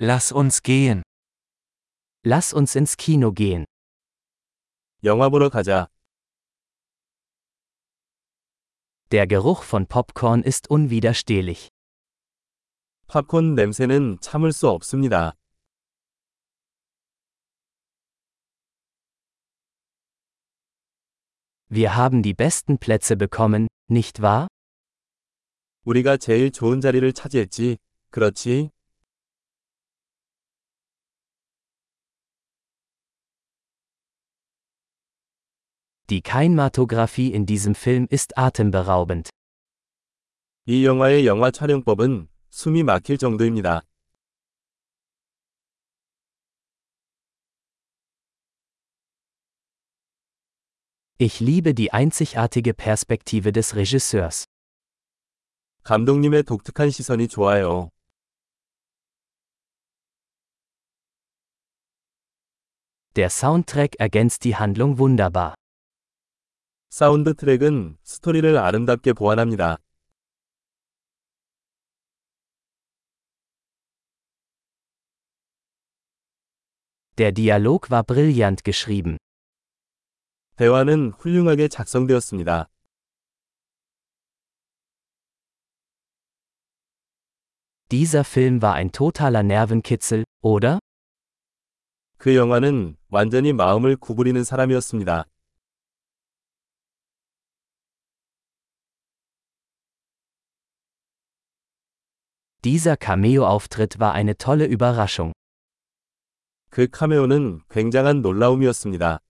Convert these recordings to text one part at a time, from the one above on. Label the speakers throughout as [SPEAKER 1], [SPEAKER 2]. [SPEAKER 1] Lass uns gehen.
[SPEAKER 2] Lass uns ins Kino gehen.
[SPEAKER 3] 영화 보러 가자.
[SPEAKER 2] Der Geruch von Popcorn ist unwiderstehlich.
[SPEAKER 3] 팝콘 냄새는 참을 수 없습니다.
[SPEAKER 2] Wir haben die besten Plätze bekommen, nicht wahr?
[SPEAKER 3] 우리가 제일 좋은 자리를 차지했지. 그렇지?
[SPEAKER 2] Die Kinematographie in diesem Film ist atemberaubend.
[SPEAKER 3] 이 영화의 영화 촬영법은 숨이 막힐 정도입니다.
[SPEAKER 2] Ich liebe die einzigartige Perspektive des Regisseurs.
[SPEAKER 3] 감독님의 독특한 시선이 좋아요.
[SPEAKER 2] Der Soundtrack ergänzt die Handlung wunderbar.
[SPEAKER 3] 사운드 트랙은 스토리를 아름답게 보완합니다.
[SPEAKER 2] Der Dialog war brillant geschrieben.
[SPEAKER 3] 대화는 훌륭하게 작성되었습니다.
[SPEAKER 2] Dieser Film war ein totaler Nervenkitzel, oder?
[SPEAKER 3] 그 영화는 완전히 마음을 구부리는 사람이었습니다.
[SPEAKER 2] Dieser Cameo-Auftritt war eine tolle Überraschung.
[SPEAKER 3] 그 카메오는 굉장한 놀라움이었습니다.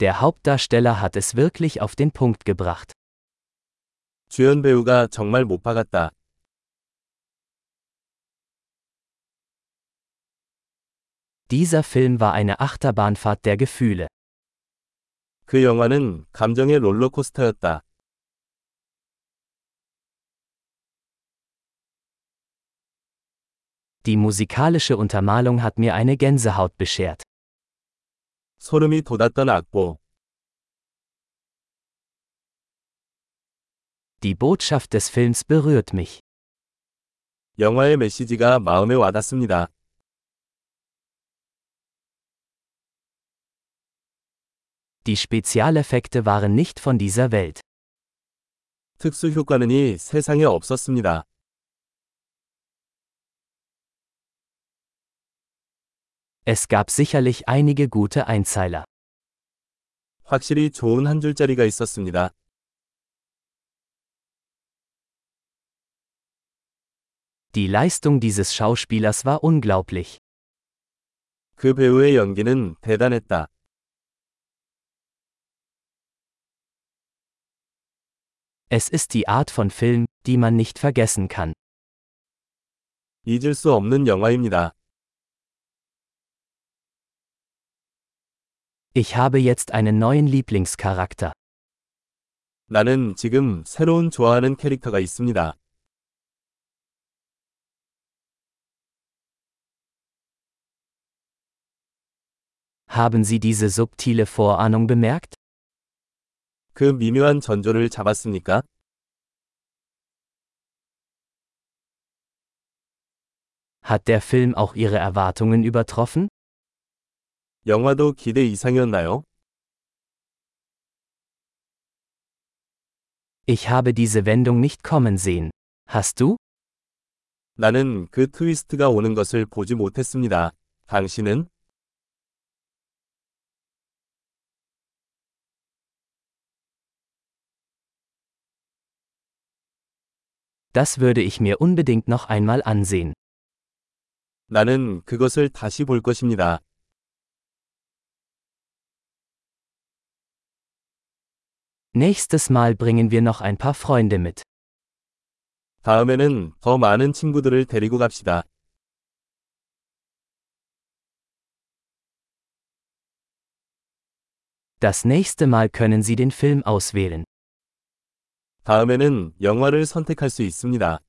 [SPEAKER 2] Der Hauptdarsteller hat es wirklich auf den Punkt gebracht.
[SPEAKER 3] 주연 배우가 정말 못 박았다.
[SPEAKER 2] Dieser Film war eine Achterbahnfahrt der Gefühle.
[SPEAKER 3] 그 영화는 감정의 롤러코스터였다.
[SPEAKER 2] Die musikalische Untermalung hat mir eine Gänsehaut beschert.
[SPEAKER 3] 소름이 돋았던 악보,
[SPEAKER 2] Die Botschaft des Films berührt mich.
[SPEAKER 3] 영화의 메시지가 마음에 와닿습니다.
[SPEAKER 2] Die Spezialeffekte waren nicht von dieser Welt.
[SPEAKER 3] 특수 효과는 이 세상에 없었습니다.
[SPEAKER 2] Es gab sicherlich einige gute Einzeiler.
[SPEAKER 3] 확실히 좋은 한 줄짜리가 있었습니다.
[SPEAKER 2] Die Leistung dieses Schauspielers war unglaublich.
[SPEAKER 3] 그 배우의 연기는 대단했다.
[SPEAKER 2] Es ist die Art von Film, die man nicht vergessen kann.
[SPEAKER 3] 잊을 수 없는 영화입니다.
[SPEAKER 2] Ich habe jetzt einen neuen Lieblingscharakter.
[SPEAKER 3] 나는 지금 새로운 좋아하는 캐릭터가 있습니다.
[SPEAKER 2] Haben Sie diese subtile Vorahnung bemerkt?
[SPEAKER 3] 그 미묘한 전조를 잡았습니까?
[SPEAKER 2] Hat der Film auch Ihre Erwartungen übertroffen?
[SPEAKER 3] 영화도 기대 이상이었나요?
[SPEAKER 2] Ich habe diese Wendung nicht kommen sehen. Hast du?
[SPEAKER 3] 나는 그 트위스트가 오는 것을 보지 못했습니다. 당신은?
[SPEAKER 2] Das würde ich mir unbedingt noch einmal ansehen.
[SPEAKER 3] 나는 그것을 다시 볼 것입니다.
[SPEAKER 2] Nächstes Mal bringen wir noch ein paar Freunde mit.
[SPEAKER 3] 다음에는 더 많은 친구들을 데리고 갑시다.
[SPEAKER 2] Das nächste Mal können Sie den Film auswählen.
[SPEAKER 3] 다음에는 영화를 선택할 수 있습니다.